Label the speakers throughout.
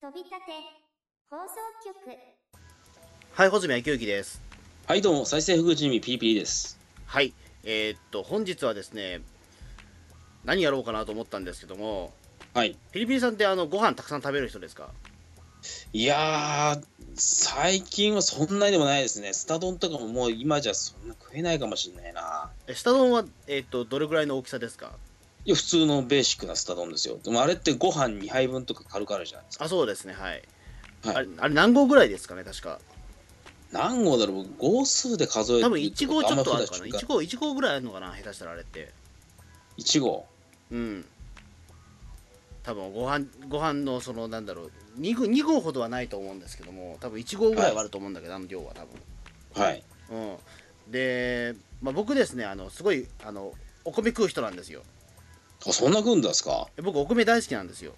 Speaker 1: 飛び立て放送局
Speaker 2: はい、穂積昭之です。
Speaker 3: はい、どうも、再生福地味ピーピーです。
Speaker 2: はい、えーっと、本日はですね、何やろうかなと思ったんですけども、
Speaker 3: はい。
Speaker 2: ピリピリさんってあのご飯たくさん食べる人ですか
Speaker 3: いやー、最近はそんなにでもないですね。スタ丼とかももう今じゃそんな食えないかもしれないな。
Speaker 2: え下丼は、えーっと、どれぐらいの大きさですか
Speaker 3: いや、普通のベーシックなスタ丼ですよ。でもあれってご飯2杯分とか軽くあるじゃないです
Speaker 2: あ、そうですね、はい。
Speaker 3: か。
Speaker 2: あ
Speaker 3: はい
Speaker 2: れ。あれ何号ぐらいですかね、確か。
Speaker 3: 何号だろう僕、号数で数えて
Speaker 2: 多分1号ちょっとあるかな。
Speaker 3: あんま普段
Speaker 2: 1号、一号ぐらいあるのかな、下手したらあれって。
Speaker 3: 一号。
Speaker 2: うん。多分ご飯ご飯のそのなんだろう2号 ,2 号ほどはないと思うんですけども多分1号ぐらいはあると思うんだけど、あの量は多分
Speaker 3: はい。
Speaker 2: うん、で、まあ、僕ですねあのすごいあのお米食う人なんですよ
Speaker 3: あ、そんな食うんですか
Speaker 2: 僕お米大好きなんですよ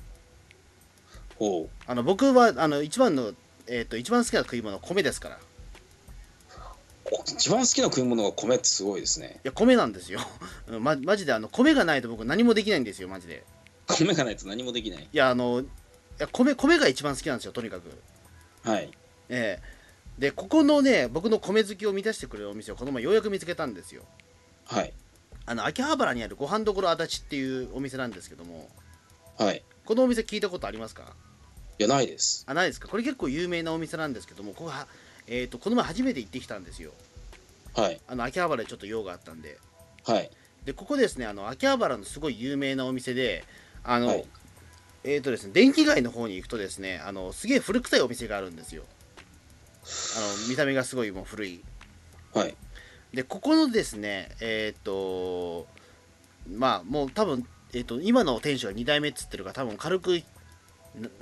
Speaker 3: ほう。
Speaker 2: あの僕はあの一番の、えー、と一番好きな食い物は米ですからい
Speaker 3: こ一番好きな食い物が米ってすごいですね。
Speaker 2: や米なんですよ、 うんま、マジであの米がないと僕何もできないんですよマジで
Speaker 3: 米がないと何もできない。
Speaker 2: いやあのいや米米が一番好きなんですよとにかく
Speaker 3: はい。
Speaker 2: ええでここのね僕の米好きを満たしてくれるお店をこの前ようやく見つけたんですよ
Speaker 3: はい。
Speaker 2: あの秋葉原にあるご飯どころ足立っていうお店なんですけども
Speaker 3: はい。
Speaker 2: このお店聞いたことありますか
Speaker 3: いや、ないです。
Speaker 2: あないですかこれ結構有名なお店なんですけどもここは、えー、とこの前初めて行ってきたんですよ
Speaker 3: はい。
Speaker 2: あの秋葉原でちょっと用があったんで
Speaker 3: はい。
Speaker 2: でここですねあの秋葉原のすごい有名なお店であの、
Speaker 3: はい
Speaker 2: えーとですね、電気街の方に行くとですねあのすげえ古臭いお店があるんですよあの見た目がすごいもう古い
Speaker 3: はい。
Speaker 2: でここのですねえっ、とまあもう多分、えー、と今の店主が2代目っつってるから多分軽く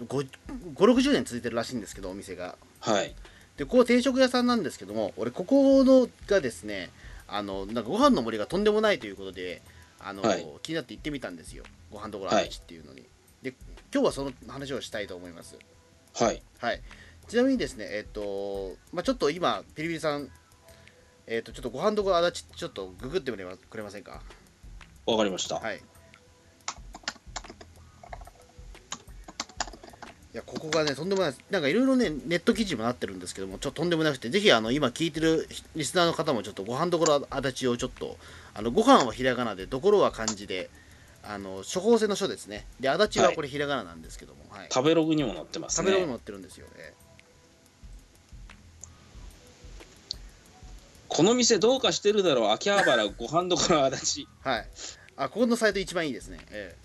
Speaker 2: 560年続いてるらしいんですけどお店が
Speaker 3: はい。
Speaker 2: でここ定食屋さんなんですけども俺ここのがですねあのなんかご飯の森がとんでもないということであの、
Speaker 3: はい
Speaker 2: 気になって行ってみたんですよご飯どころ話っていうのに、で今日はその話をしたいと思います
Speaker 3: はい。
Speaker 2: はいちなみにですねえっ、と、まあ、ちょっと今ピリピリさんえっ、とちょっとご飯どころ足立ちょっとググってもらえまくれませんか
Speaker 3: わかりました。
Speaker 2: はいいやここがねとんでもないですなんかいろいろねネット記事もなってるんですけどもちょっととんでもなくてぜひあの今聞いてるリスナーの方もちょっとご飯どころあだちをちょっとあのご飯はひらがなでどころは漢字であの処方箋の書ですねであだちはこれひらがななんですけども、はい
Speaker 3: 食べログにも載ってます
Speaker 2: 食
Speaker 3: ね。
Speaker 2: べログに載ってるんですよね
Speaker 3: この店どうかしてるだろう、秋葉原ご飯どころ足立。
Speaker 2: はいあここのサイト一番いいですね、え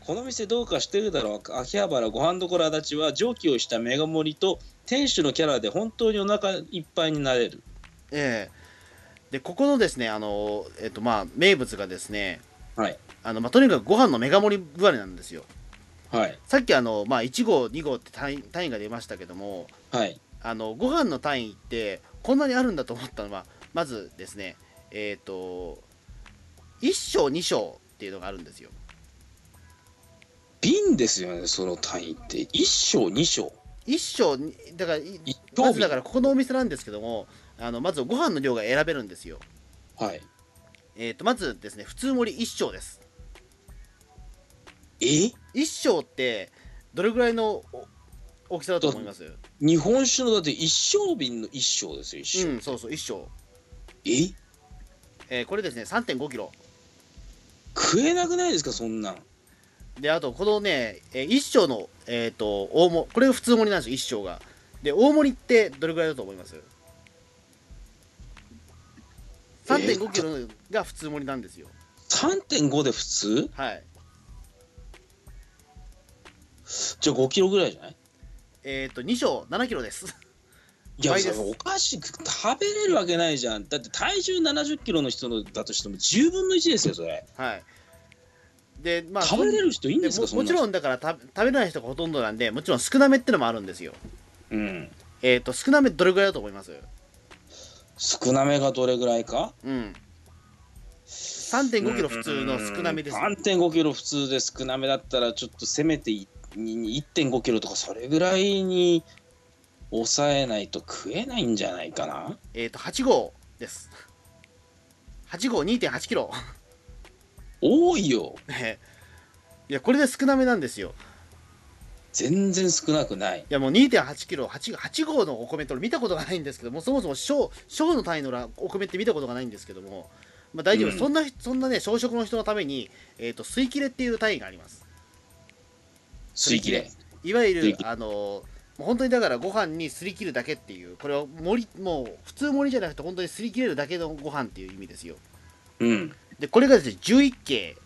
Speaker 3: この店どうかしてるだろう、秋葉原ご飯どころ足立は蒸気をしたメガ盛りと店主のキャラで本当にお腹いっぱいになれる。
Speaker 2: えええでここのですねあのえっ、とまあ名物がですね
Speaker 3: はい。
Speaker 2: あのまあ、とにかくご飯のメガ盛り具合なんですよ。
Speaker 3: はい。
Speaker 2: さっきあの、まあ、1号、2号って単位単位が出ましたけども、
Speaker 3: はい。
Speaker 2: あのご飯の単位ってこんなにあるんだと思ったのは、まずですね、えっ、と、1章、2章っていうのがあるんですよ。
Speaker 3: 瓶ですよね、その単位って。1章、2章。
Speaker 2: 1章に、だから、い
Speaker 3: 一
Speaker 2: ま
Speaker 3: 等
Speaker 2: ず
Speaker 3: 瓶。
Speaker 2: だからここのお店なんですけども、あのまずご飯の量が選べるんですよ。
Speaker 3: はい。
Speaker 2: えっ、と、まずですね、普通盛り1章です。
Speaker 3: え
Speaker 2: 1章って、どれぐらいのお大きさだと思います
Speaker 3: 日本酒のだって一升瓶の一升ですよ、一
Speaker 2: う
Speaker 3: 升。
Speaker 2: ん、そうそう、1章。
Speaker 3: え
Speaker 2: えーこれですね、3.5キロ。
Speaker 3: 食えなくないですか、そんなん。
Speaker 2: であとこのね、えー一升の、えー、と大盛りこれが普通盛りなんですよ一升がで大盛りってどれぐらいだと思います3 5キロが普通盛りなんですよ
Speaker 3: 3.5で普通
Speaker 2: はい
Speaker 3: じゃあ5キロぐらいじゃない
Speaker 2: えっ、と2升7キロです
Speaker 3: いや
Speaker 2: 倍です
Speaker 3: そのお菓子食べれるわけないじゃんだって体重7 0キロの人のだとしても10分の1ですよそれ、
Speaker 2: はいでまあ
Speaker 3: 食べれる人いいん
Speaker 2: で
Speaker 3: ですか
Speaker 2: も
Speaker 3: そ
Speaker 2: も
Speaker 3: ん
Speaker 2: ち
Speaker 3: な人
Speaker 2: ろんだからた食べれない人がほとんどなんでもちろん少なめってのもあるんですよ
Speaker 3: うん
Speaker 2: えっ、と少なめどれぐらいだと思います
Speaker 3: 少なめがどれぐらいか
Speaker 2: うん3 5キロ普通の少なめです、
Speaker 3: 3 5キロ普通で少なめだったらちょっとせめて1 5キロとかそれぐらいに抑えないと食えないんじゃないかな
Speaker 2: えっ、と、8号です。8号2.8キロ。
Speaker 3: 多いよ
Speaker 2: ねいや、これで少なめなんですよ。
Speaker 3: 全然少なくない。
Speaker 2: いやもう2 8キロ8 8合のお米って俺見たことがないんですけどもうそもそも小小の単位のらお米って見たことがないんですけども、まあ、大丈夫です、
Speaker 3: うん
Speaker 2: そんなそんなね小食の人のために、えー、と水切れっていう単位があります
Speaker 3: 吸い切れ。
Speaker 2: いわゆ
Speaker 3: 水
Speaker 2: る
Speaker 3: 切
Speaker 2: あのもう本当にだからご飯にすり切るだけっていうこれは盛りもう普通盛りじゃなくて本当にすり切れるだけのご飯っていう意味ですよ
Speaker 3: うん。
Speaker 2: でこれがですね11系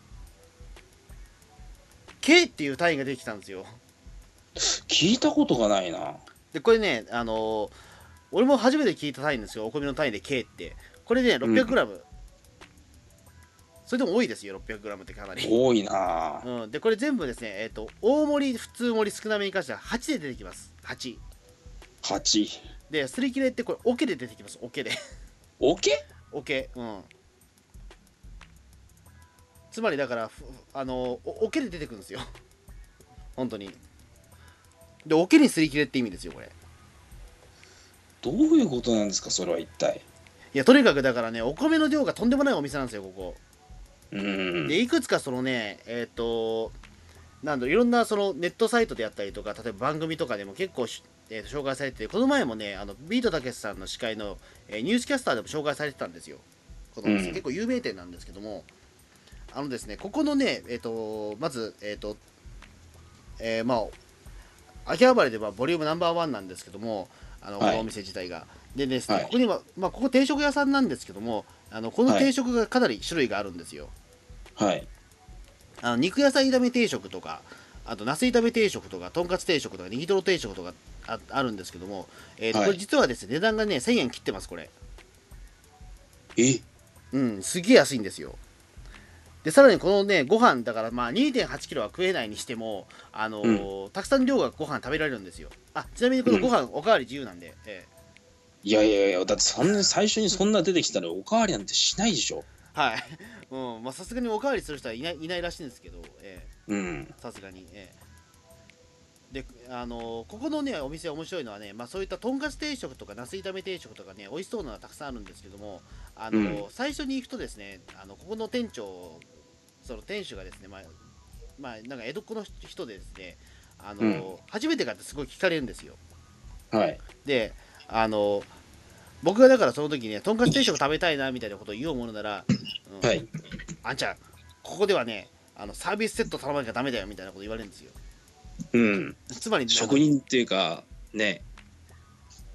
Speaker 2: K っていう単位ができたんですよ
Speaker 3: 聞いたことがないな。
Speaker 2: でこれねあのー俺も初めて聞いた単位ですよお米の単位で K ってこれね 600g、それでも多いですよ 600g ってかなり、
Speaker 3: 多いな。
Speaker 2: うん、でこれ全部ですねえっ、と大盛り普通盛り少なめに関しては8で出てきます8
Speaker 3: 8。
Speaker 2: で擦り切れってこれオケで出てきますオケで
Speaker 3: オケ
Speaker 2: オケうんつまりだからふあのーおオケで出てくるんですよ 本当にでオケに擦り切れって意味ですよこれ
Speaker 3: どういうことなんですか、それは一体。
Speaker 2: いやとにかくだからねお米の量がとんでもないお店なんですよここ
Speaker 3: うん。
Speaker 2: でいくつかそのねえっ、となんだろういろんなそのネットサイトであったりとか例えば番組とかでも結構し、えーと紹介されててこの前もねあのビートたけしさんの司会の、えーニュースキャスターでも紹介されてたんですよこのお店
Speaker 3: うん
Speaker 2: 結構有名店なんですけどもあのですねここのねえっ、とまずえっ、とえーまあ秋葉原ではボリュームナンバーワンなんですけどもあの、
Speaker 3: はい
Speaker 2: このお店自体がでですね、
Speaker 3: はい
Speaker 2: ここには、まあ、ここ定食屋さんなんですけどもあのこの
Speaker 3: はい
Speaker 2: 定食がかなり種類があるんですよ、
Speaker 3: はい。
Speaker 2: あの肉野菜炒め定食とか、あとナス炒め定食とか、とんかつ定食とか、ネギトロ定食とかああるんですけども、えーと
Speaker 3: はい
Speaker 2: これ実はですね、値段がね、1000円切ってます、これ。
Speaker 3: え
Speaker 2: うん、すげえ安いんですよ。で、さらにこのね、ご飯だから、まあ2 8キロは食えないにしても、あのーたくさん量がご飯食べられるんですよ。あ、ちなみにこのご飯、おかわり自由なんで、え
Speaker 3: いやいやいや、だってそんな最初にそんな出てきたらおかわりなんてしないでしょ。
Speaker 2: ーはい。 うん、まあさすがにおかわりする人はいないいないらしいんですけど、えー
Speaker 3: うん。
Speaker 2: さすがに、ええ、であのここのねお店面白いのはね、まあ、そういったとんかつ定食とかナス炒め定食とかね美味しそうなのがたくさんあるんですけどもあの、
Speaker 3: うん
Speaker 2: 最初に行くとですねあのここの店長その店主がですねまあ、まあ、なんか江戸っ子の人でですねあの、
Speaker 3: うん
Speaker 2: 初めてかってすごい聞かれるんですよ
Speaker 3: はい。
Speaker 2: であの僕がだからその時ねとんかつ定食食べたいなみたいなことを言おうものなら、うん
Speaker 3: はい。
Speaker 2: あんちゃんここではねあのサービスセット頼まなきゃダメだよみたいなこと言われるんですよ
Speaker 3: うん。
Speaker 2: つまり
Speaker 3: 職人っていうか、ね。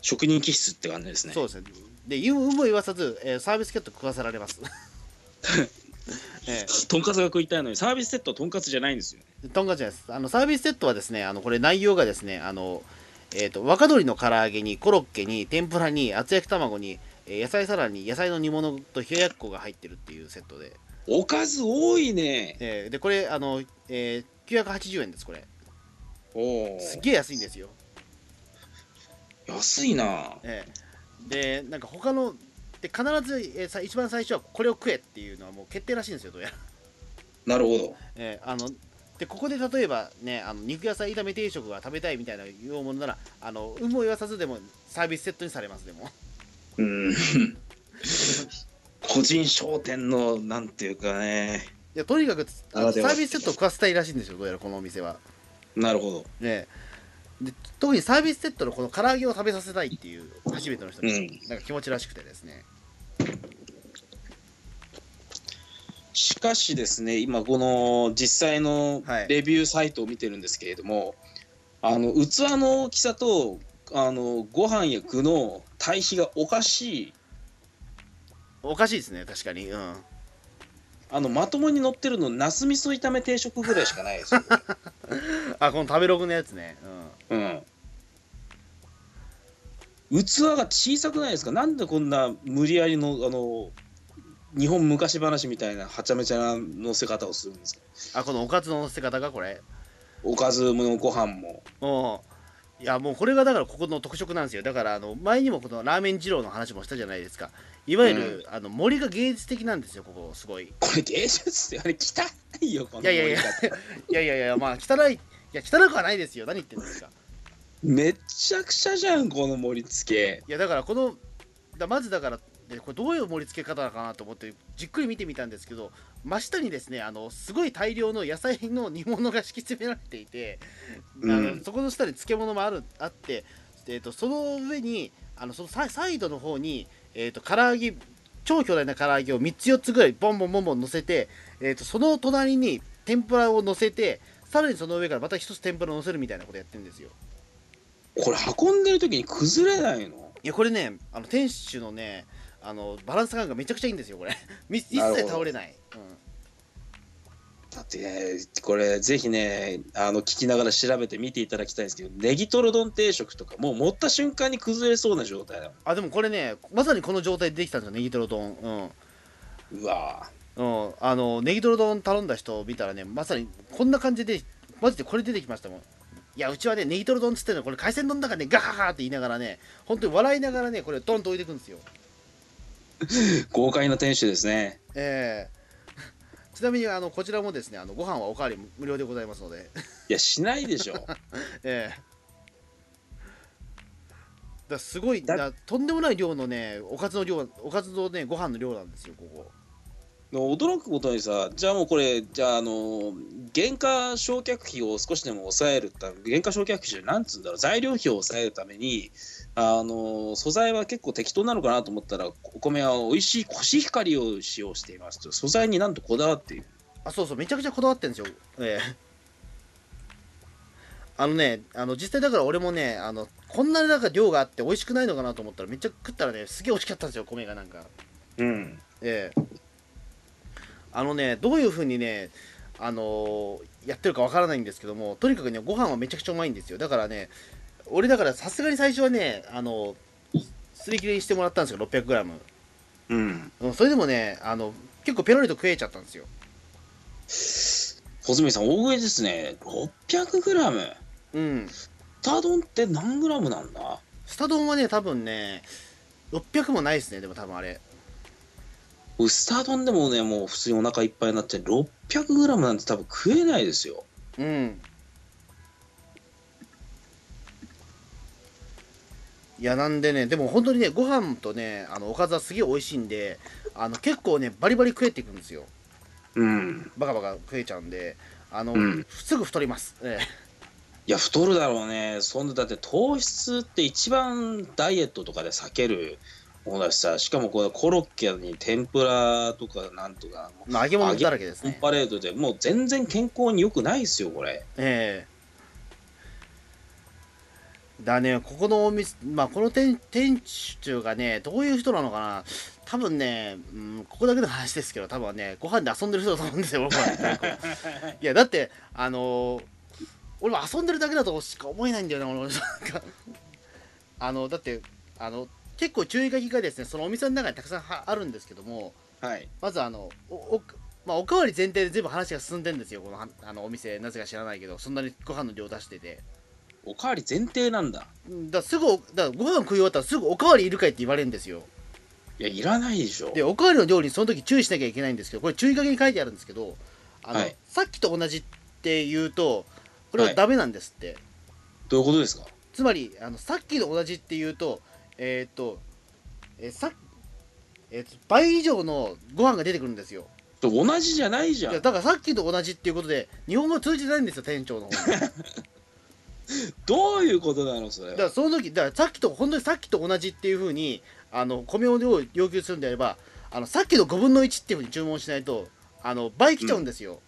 Speaker 3: 職人気質って感じですね。
Speaker 2: そうですね。で、言う有無も言わさず、えーサービスキャット食わせられ ます。え
Speaker 3: とんかつが食いたいのにサービスセットはとんかつじゃないんですよね。
Speaker 2: えとんかつじゃないです。あのサービスセットはですね、あのこれ内容がですね、あのえー、と若鶏の唐揚げにコロッケに天ぷらに厚焼き卵に、えー野菜サラダに野菜の煮物と冷ややっこが入ってるっていうセットで、
Speaker 3: おかず多いね。
Speaker 2: えーでこれあの、えー980円ですこれ
Speaker 3: おお。
Speaker 2: すげえ安いんですよ、
Speaker 3: 安いな。
Speaker 2: ええでなんか他ので必ず、えーさ一番最初はこれを食えっていうのはもう決定らしいんですよどうやら
Speaker 3: なるほど。
Speaker 2: えーあのでここで例えばねあの肉野菜炒め定食が食べたいみたいな言うものならあの有無を言わさずでもサービスセットにされますでも
Speaker 3: うん。個人商店のなんていうかね。
Speaker 2: いやとにかくあの
Speaker 3: あ
Speaker 2: サ
Speaker 3: でも
Speaker 2: ービスセットを食わせたいらしいんですよどうやらこのお店は
Speaker 3: なるほど。
Speaker 2: ねで特にサービスセットのこの唐揚げを食べさせたいっていう初めての人
Speaker 3: う
Speaker 2: に、
Speaker 3: ん。
Speaker 2: なんか気持ちらしくてですね
Speaker 3: しかしですね、今この実際の
Speaker 2: はい
Speaker 3: レビューサイトを見てるんですけれども、あの器の大きさとあのご飯や具の対比がおかしい。
Speaker 2: おかしいですね確かにうん
Speaker 3: あのまともに乗ってるのナス味噌炒め定食ぐらいしかないですよ。
Speaker 2: あこの食べログのやつね
Speaker 3: うん。器が小さくないですかなんでこんな無理やりのあの日本昔話みたいなはちゃめちゃな乗せ方をするんですか
Speaker 2: うんあこのおかずの捨て方がこれ
Speaker 3: おかずもご飯も。
Speaker 2: もういやもうこれがだからここの特色なんですよだからあの前にもこのラーメン二郎の話もしたじゃないですかいわゆる、あの森が芸術的なんですよここすごい
Speaker 3: これ芸術ってあれ汚いよこの
Speaker 2: いやいやいや
Speaker 3: 盛り方
Speaker 2: いやいやいやまあ汚いいや汚くはないですよ何言ってんですか
Speaker 3: めっちゃくちゃじゃんこの盛り付け。
Speaker 2: いやだからこのだまずだからでこれどういう盛り付け方かなと思ってじっくり見てみたんですけど真下にですねあのすごい大量の野菜の煮物が敷き詰められていて、
Speaker 3: うん
Speaker 2: あのそこの下に漬物もあるあって、えー、とその上にあのそのサイサイドの方に、えー、と唐揚げ超巨大な唐揚げを3つ4つぐらいボンボンボンボン乗せて、えー、とその隣に天ぷらを乗せてさらにその上からまた1つ天ぷらを乗せるみたいなことやってるんですよ。
Speaker 3: これ運んでる時に崩れないの
Speaker 2: いやこれねあの店主のねあのバランス感がめちゃくちゃいいんですよこれ み一
Speaker 3: なるほ
Speaker 2: 切
Speaker 3: ど
Speaker 2: 倒れない、うん
Speaker 3: だってねこれぜひねあの聞きながら調べて見ていただきたいんですけどネギトロ丼定食とかもう持った瞬間に崩れそうな状態だも
Speaker 2: あでもこれねまさにこの状態でできたんですよネギトロ丼うん
Speaker 3: んうわ
Speaker 2: うん、あのネギトロ丼頼んだ人を見たらねまさにこんな感じでマジでこれ出てきましたもんいやうちはねネギトロ丼っつってんのこれ海鮮丼だからねガハハって言いながらね本当に笑いながらねこれドンと置いてくんですよ
Speaker 3: ー豪快な店主ですね
Speaker 2: ええ ちなみにあのこちらもですねあのご飯はおかわり無料でございますので
Speaker 3: いやしないでしょ
Speaker 2: ええだからすごいだとんでもない量のねおかずの量おかずのねご飯の量なんですよここ
Speaker 3: 驚くことにさじゃあもうこれじゃああの原価償却費を少しでも抑えるため原価償却費じゃなんつうんだろう材料費を抑えるためにあの素材は結構適当なのかなと思ったらお米は美味しいコシヒカリを使用していますと素材になんとこだわっている
Speaker 2: あそうそうめちゃくちゃこだわってるんですよええあのねあの実際だから俺もねあのこんなになんか量があって美味しくないのかなと思ったらめっちゃ食ったらねすげえ美味しかったんですよ米がなんか
Speaker 3: うん
Speaker 2: ええあのねどういう風にねあのーやってるかわからないんですけどもとにかくねご飯はめちゃくちゃうまいんですよだからね俺だからさすがに最初はねあのすり切れにしてもらったんですよ 600g
Speaker 3: うん。
Speaker 2: うんそれでもねあの結構ペロリと食えちゃったんですよ
Speaker 3: 穂積さん、大食いですね。600グラム。
Speaker 2: うん
Speaker 3: 豚丼って何グラムなんだ
Speaker 2: スタ丼はね、多分ね、600もないですね、でも多分あれ。
Speaker 3: ウスター丼でもね、もう普通にお腹いっぱいになって、600グラムなんて多分食えないですよ。
Speaker 2: うん。いや、なんでね、でも本当にね、ご飯とね、あのおかずはすげえ美味しいんで、あの結構ね、バリバリ食えていくんですよ。
Speaker 3: うん。
Speaker 2: バカバカ食えちゃうんで、あの、
Speaker 3: うん
Speaker 2: すぐ太ります。え
Speaker 3: いや、太るだろうね。そんな、だって糖質って一番ダイエットとかで避けるものだしさ、しかもこれコロッケに天ぷらとかなんとか、
Speaker 2: えまあ、揚げ物だらけです
Speaker 3: コン
Speaker 2: ね。
Speaker 3: パレードでもう全然健康に良くないですよ、これ。
Speaker 2: ええだね、ここのお店、まあ、この店店主がね、どういう人なのかな、多分ね、うん、ここだけの話ですけど、多分ね、ご飯で遊んでる人だと思うんですよ、僕は。いや、だって、あのー俺は遊んでるだけだとしか思えないんだよな、俺なんか。あの、だって、あの、結構注意書きがですね、そのお店の中にたくさんはあるんですけども、
Speaker 3: はい。
Speaker 2: まずあのおお,、まあ、おかわり前提で全部話が進んでるんですよこのはあのお店なぜか知らないけどそんなにご飯の量出してて
Speaker 3: おかわり前提なんだ。
Speaker 2: うんだからすぐおだからご飯食い終わったらすぐおかわりいるかいって言われるんですよ
Speaker 3: いや、いらないでしょ。
Speaker 2: でおかわりの料理にその時注意しなきゃいけないんですけどこれ注意書きに書いてあるんですけどあの、
Speaker 3: はい
Speaker 2: さっきと同じって言うとこれは
Speaker 3: はい
Speaker 2: ダメなんですって、
Speaker 3: どういうことですか
Speaker 2: つまりあのさっきと同じって言うとえーっと、えーさえーっと倍以上のご飯が出てくるんですよ
Speaker 3: 同じじゃないじゃ
Speaker 2: いや
Speaker 3: ん。
Speaker 2: だからさっきと同じっていうことで日本語通じてないんですよ店長の方に
Speaker 3: どういうことなのそれ
Speaker 2: だからその時だからさっきと本当にさっきと同じっていうふうにあの米を要要求するんであればあのさっきの5分の1っていうふうに注文しないとあの倍来ちゃうんですよ、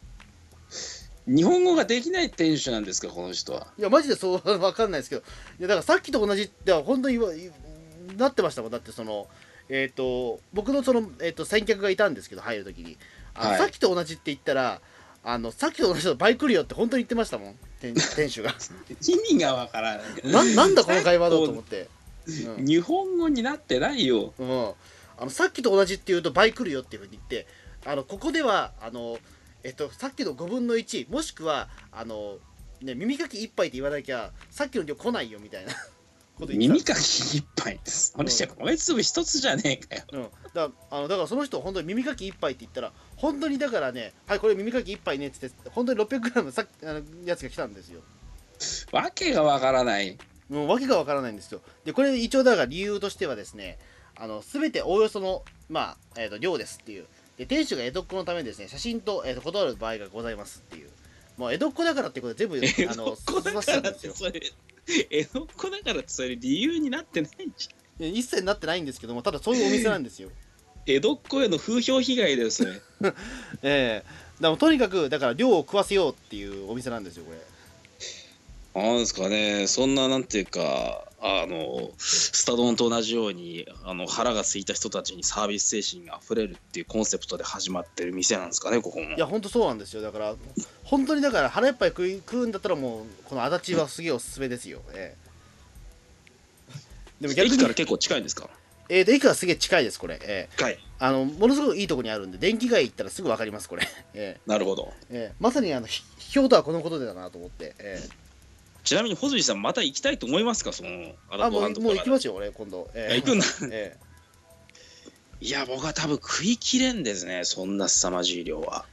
Speaker 3: 日本語ができない店主なんですかこの人はい
Speaker 2: やマジでそう わかんないですけどいやだからさっきと同じって本当に言わ言なってましたもんだってそのえっ、と僕のその、えー、と先客がいたんですけど入る時にあの、
Speaker 3: はい
Speaker 2: さっきと同じって言ったらあのさっきと同じだと倍来るよって本当に言ってましたもん 店店主が
Speaker 3: 意味がわからない
Speaker 2: ななんだこの会話だと思って、うん
Speaker 3: 日本語になってないよ
Speaker 2: うん、あのさっきと同じって言うと倍来るよっていうふうに言ってあのここではあの、えっと、さっきの5分の1もしくはあの、ね、耳かき1杯って言わなきゃさっきの量来ないよみたいな こと言ってた
Speaker 3: 耳かき一杯ですこれじゃ米粒一つじゃねえかよ
Speaker 2: うん、だあのだからその人本当に耳かき1杯って言ったら本当にだからねはいこれ耳かき1杯ねっつって本当に 600g のさっあのやつが来たんですよ
Speaker 3: わけがわからない
Speaker 2: もう訳がわからないんですよ。で、これ一応だから理由としてはですね、あの、すべておおよその、まあ、えーと、量ですっていう。でで店主が江戸っ子のためにですね写真と,、えーと断る場合がございますっていうもう江戸っ子だからってことで全部
Speaker 3: 江
Speaker 2: あ
Speaker 3: 戸
Speaker 2: の
Speaker 3: っ子だ
Speaker 2: 済
Speaker 3: か
Speaker 2: ませた
Speaker 3: ら
Speaker 2: んで
Speaker 3: っ
Speaker 2: す
Speaker 3: て
Speaker 2: よ
Speaker 3: それ江戸っ子だからってそれ理由になってないじゃん
Speaker 2: いや一切なってないんですけどもただそういうお店なん ですよ
Speaker 3: 江戸っ子への風評被害ですね
Speaker 2: ええでもとにかくだから量を食わせようっていうお店なんですよこれ
Speaker 3: なんですかねそんななんていうかあのスタドンと同じようにあの腹が空いた人たちにサービス精神が溢れるっていうコンセプトで始まってる店なんですかねここも
Speaker 2: いや本当そうなんですよだから本当にだから腹いっぱい食い食うんだったらもうこの足立はすげえおすすめですよ、ええでも逆
Speaker 3: 駅か
Speaker 2: に
Speaker 3: ら、結構近いんですか
Speaker 2: ええで駅からすげえ近いですこれ、ええ
Speaker 3: 近い
Speaker 2: あのものすごくいいとこにあるんで電気街行ったらすぐ分かりますこれ、 ええ
Speaker 3: なるほど
Speaker 2: ええまさにあのひ秘境とはこのことだなと思って、え
Speaker 3: ちなみに穂積さんまた行きたいと思いますかそのア
Speaker 2: えあ
Speaker 3: ラ
Speaker 2: も
Speaker 3: ブ
Speaker 2: う
Speaker 3: ハンド
Speaker 2: もう行き
Speaker 3: ま
Speaker 2: ますよ俺今度、ええ
Speaker 3: 行くんだ
Speaker 2: ええ
Speaker 3: いや僕は多分食い切れんですねそんな凄まじい量は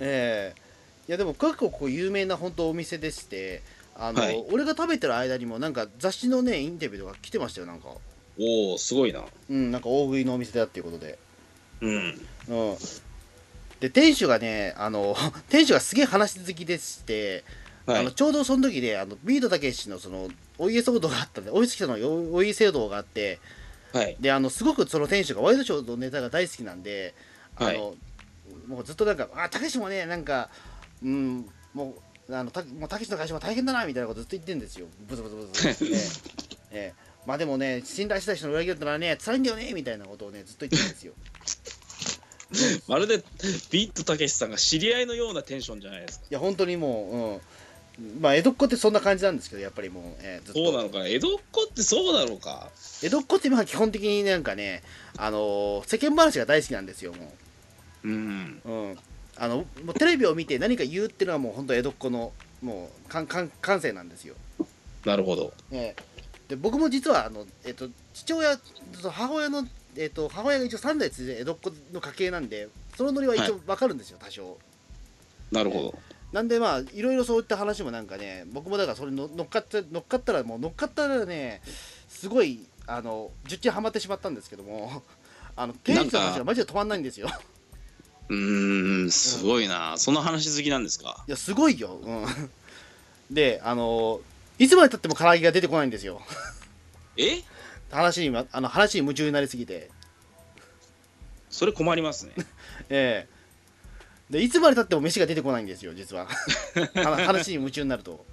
Speaker 2: ええいやでも結構こう有名な本当お店でしてあの、
Speaker 3: はい
Speaker 2: 俺が食べてる間にもなんか雑誌のねインタビューとか来てましたよなんか
Speaker 3: おおすごいな
Speaker 2: うんなんか大食いのお店だっていうことで
Speaker 3: うん
Speaker 2: うんで店主がねあの 店主がすげえ話好きでして、
Speaker 3: は
Speaker 2: あの
Speaker 3: い
Speaker 2: ちょうどその時であのビートたけしのそのお家騒動があったんでお家騒動のお家騒動があって
Speaker 3: はい
Speaker 2: であのすごくその店主がワイドショーのネタが大好きなんであの、
Speaker 3: はい
Speaker 2: もうずっとなんか「あたけしもねなんかうんもうあのたもうたけしの会社も大変だな」みたいなことずっと言ってんですよブツブツブツブ ツ、ねええまあでもね信頼した人の裏切るってのはね辛いんだよねみたいなことをねずっと言ってるんですよ
Speaker 3: まるでビットたけしさんが知り合いのようなテンションじゃないですか
Speaker 2: いや本当にもう、うん、まあ江戸っ子ってそんな感じなんですけどやっぱりもう、ええずっと
Speaker 3: そうなのかな江戸っ子ってそうなのか
Speaker 2: 江戸っ子ってまあ基本的になんかねあの世間話が大好きなんですよもう
Speaker 3: うん
Speaker 2: うん、あのもうテレビを見て何か言うっていうのはもう本当江戸っ子のもう感感感性なんですよ。
Speaker 3: なるほど
Speaker 2: ええで僕も実はあの、えっと父親と母親の、えっと母親が一応3代続いて江戸っ子の家系なんでそのノリは一応分かるんですよ、多少。
Speaker 3: なるほ
Speaker 2: なんでまあいろいろそういった話もなんかね僕もだからそれに乗乗っかって乗っかったらもう乗っかったらねすごいあの十中ハマってしまったんですけどもあの店主の話がマジで止まんないんですよ。
Speaker 3: どうーんすごいなその話好きなんですか
Speaker 2: いや、すごいよ。うん。で、あのいつまでたっても唐揚げが出てこないんですよ。
Speaker 3: え
Speaker 2: 話にま、あの、話に夢中になりすぎて。
Speaker 3: それ困ります ね
Speaker 2: ええで、いつまでたっても飯が出てこないんですよ、実は。あの話に夢中になると。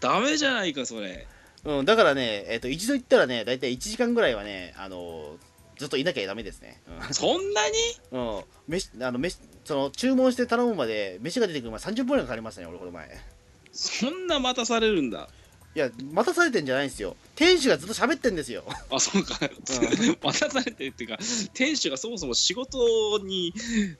Speaker 3: ダメじゃないかそれ
Speaker 2: うん、だからね、えっ、と、一度行ったらね、だいたい1時間ぐらいはね、あのずっといなきゃダメですね。
Speaker 3: そんなに
Speaker 2: うん。うん、飯、あの、飯、その、注文して頼むまで、飯が出てくるまで30分ぐらいかかりましたね、俺、この前。
Speaker 3: そんな待たされるんだ
Speaker 2: いや、待たされてんじゃないんですよ。店主がずっと喋ってんですよ。
Speaker 3: あそうか待たされてるっていうか店主がそもそも仕事に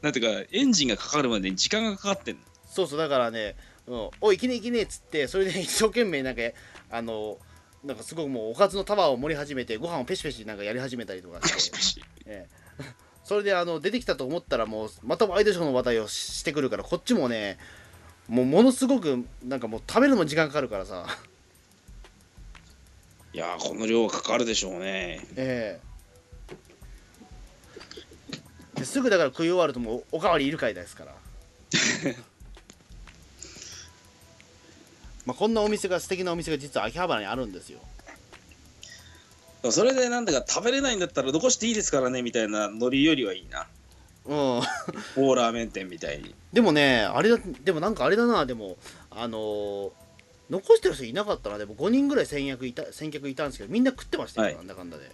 Speaker 3: なんていうかエンジンがかかるまでに時間がかかってんの
Speaker 2: そうそうだからね「うん、おいいけねえいけねえ」っつってそれで一 生懸命なんかあのなんかすごくもうおかずの束を盛り始めてご飯をペシペシなんかやり始めたりとかして ええそれであの出てきたと思ったらもうまたワイドショーの話題をししてくるからこっちもねもうものすごくなんかもう食べるのも時間かかるからさ
Speaker 3: いやーこの量はかかるでしょうね
Speaker 2: ええですぐだから食い終わるともうおかわりいるかいです からまあこんなお店が素敵なお店が実は秋葉原にあるんですよ
Speaker 3: それでなんだか食べれないんだったら残していいですからねみたいなノリよりはいいな
Speaker 2: うん
Speaker 3: オーラーメン店みたいに
Speaker 2: でもねあれだでもなんかあれだなでもあのー残してる人いなかったなでも5人ぐらい先客いた先客いたんですけどみんな食ってましたよ、
Speaker 3: は
Speaker 2: な
Speaker 3: い
Speaker 2: んだかんだで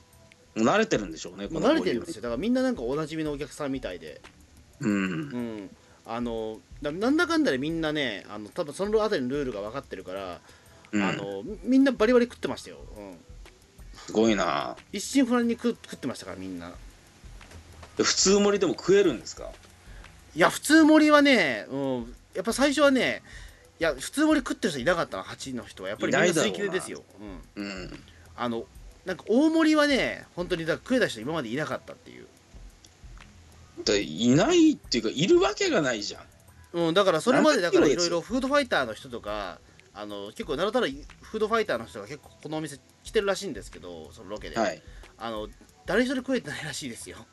Speaker 3: もう慣れてるんでしょうね
Speaker 2: もう慣れてるん
Speaker 3: この
Speaker 2: ですよだからみんななんかおなじみのお客さんみたいで
Speaker 3: うん
Speaker 2: うん、あのななんだかんだでみんなねあの多分そのあたりのルールが分かってるから、
Speaker 3: うん
Speaker 2: あのみみんなバリバリ食ってましたよ、うん、
Speaker 3: すごいな
Speaker 2: 一心不乱に食食ってましたからみんな
Speaker 3: 普通盛りでも食えるんですか
Speaker 2: いや普通盛りはね、うん、やっぱ最初はねいや普通盛り食ってる人いなかったな8の人はやっぱりみんな
Speaker 3: いないだ
Speaker 2: 吸
Speaker 3: ろ
Speaker 2: い
Speaker 3: うな
Speaker 2: 切れですようん、
Speaker 3: うん
Speaker 2: あのなんか大盛りはね本当にだから食えた人今までいなかったっていう、
Speaker 3: でいないっていうかいるわけがないじゃん
Speaker 2: うん、だからそれまでだ
Speaker 3: なん
Speaker 2: か
Speaker 3: から器
Speaker 2: い
Speaker 3: 用
Speaker 2: ろ
Speaker 3: です
Speaker 2: いろフードファイターの人とかあの結構なるたらフードファイターの人が結構このお店来てるらしいんですけどそのロケで、
Speaker 3: はい
Speaker 2: あの誰一人食えてないらしいですよ。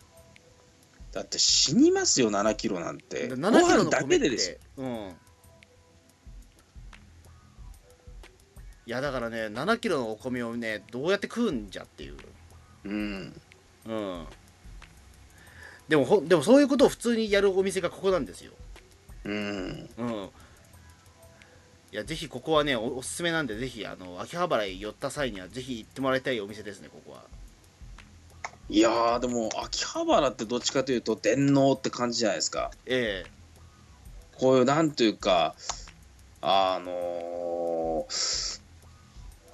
Speaker 3: だって死にますよ、7キロなんて。ご
Speaker 2: 7キロ
Speaker 3: 飯
Speaker 2: の
Speaker 3: だ
Speaker 2: 米
Speaker 3: け
Speaker 2: って
Speaker 3: でですよ。
Speaker 2: うんいやだからね7キロのお米をねどうやって食うんじゃっていう
Speaker 3: うん。
Speaker 2: うんでもほでもそういうことを普通にやるお店がここなんですよ
Speaker 3: うん。
Speaker 2: うんいやぜひここはねおおすすめなんでぜひあの秋葉原へ寄った際にはぜひ行ってもらいたいお店ですねここはい
Speaker 3: やー、でも、秋葉原ってどっちかというと、電脳って感じじゃないですか。
Speaker 2: ええ
Speaker 3: こういう、なんというか、あのー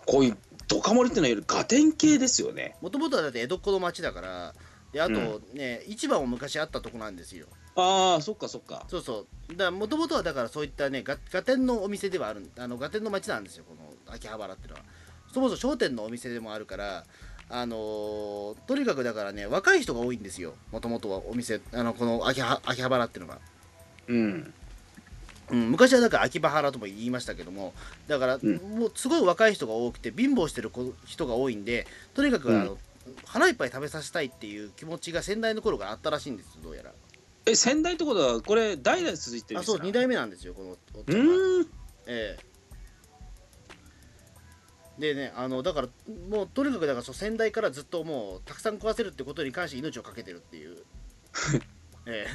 Speaker 3: こういう、ドカ盛りっていうのはいわゆるガテン系ですよね。
Speaker 2: もともとはだって江戸っ子の町だからであと
Speaker 3: う
Speaker 2: ね、市場も昔あったとこなんですよ
Speaker 3: ああ、そっかそっか。
Speaker 2: そうそうだもともとはだからそういったねガガテンのお店ではあるあのガテンの町なんですよこの秋葉原ってのはそもそも商店のお店でもあるからあのーとにかくだからね若い人が多いんですよもともとはお店あのこの秋葉秋葉原ってのが、
Speaker 3: うん。
Speaker 2: うん、昔はだから秋葉原とも言いましたけどもだから、
Speaker 3: うん
Speaker 2: もうすごい若い人が多くて貧乏してる子人が多いんでとにかくあの、腹いっぱい食べさせたいっていう気持ちが先代の頃からあったらしいんですよどうやら
Speaker 3: え、仙台ってことは、これ、代々続いてるん
Speaker 2: あ
Speaker 3: です
Speaker 2: そう
Speaker 3: か
Speaker 2: 2代目なんですよこのおっ
Speaker 3: う
Speaker 2: ちゃんは
Speaker 3: ーん。
Speaker 2: ええでねあのだからもうとにかくだからそう先代からずっともうたくさん食わせるってことに関して命を懸けてるって いうえ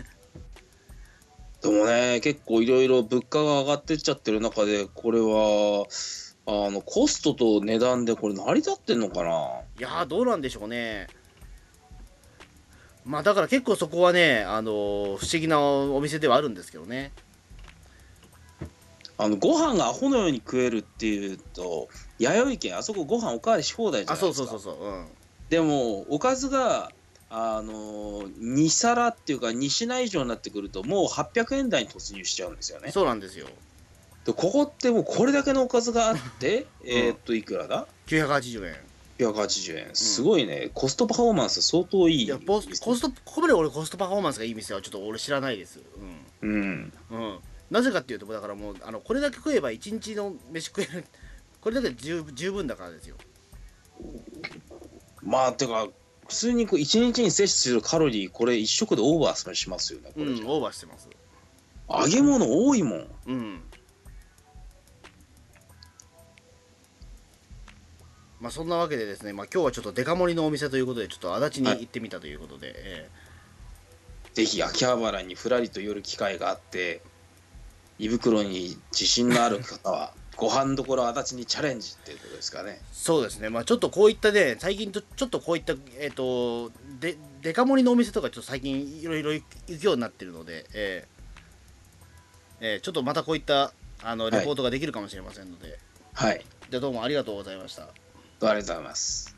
Speaker 3: でもね、結構いろいろ物価が上がってっちゃってる中で、これは、あの、コストと値段でこれ成り立ってんのかな
Speaker 2: えいやーどうなんでしょうねまあだから結構そこはねあのー不思議なお店ではあるんですけどね
Speaker 3: あの、ご飯がアホのように食えるっていうと、弥生県、あそこご飯おかわりし放題じゃ
Speaker 2: あ
Speaker 3: ないです
Speaker 2: そ
Speaker 3: か。
Speaker 2: うそうそうそううん
Speaker 3: でも、おかずが、あの、2皿っていうか2品以上になってくると、もう800円台に突入しちゃうんですよね。
Speaker 2: そうなんですよ
Speaker 3: で、ここってもうこれだけのおかずがあって、えーっと、いくらだ
Speaker 2: 980円
Speaker 3: ?180 円。すごいね、コストパフォーマンス相当いい。
Speaker 2: いやポスコストここまで俺コストパフォーマンスがいい店はちょっと俺知らないですうん
Speaker 3: うん。
Speaker 2: うん、なぜかっていうとだからもうあのこれだけ食えば一日の飯食える これだけで十十分だからですよ
Speaker 3: まあてか普通にこう1日に摂取するカロリーこれ一食でオーバーしますよねこ
Speaker 2: う
Speaker 3: れ
Speaker 2: ん
Speaker 3: じゃ、
Speaker 2: オーバーしてます
Speaker 3: 揚げ物多いもん
Speaker 2: うんまあそんなわけでですね、まあ、今日はちょっとデカ盛りのお店ということでちょっと足立に行ってみたということで、え
Speaker 3: ぜひ秋葉原にふらりと寄る機会があって胃袋に自信のある方はご飯どころ足立にチャレンジっていうことですかね
Speaker 2: えそうですねまあちょっとこういったね最近とちょっとこういったえっ、とでデカ盛りのお店とかちょっと最近いろいろ行くようになってるので、ええええちょっとまたこういったあのレポートができるかもしれませんので、
Speaker 3: はい
Speaker 2: じゃあどうもありがとうございました。
Speaker 3: ありがとうございます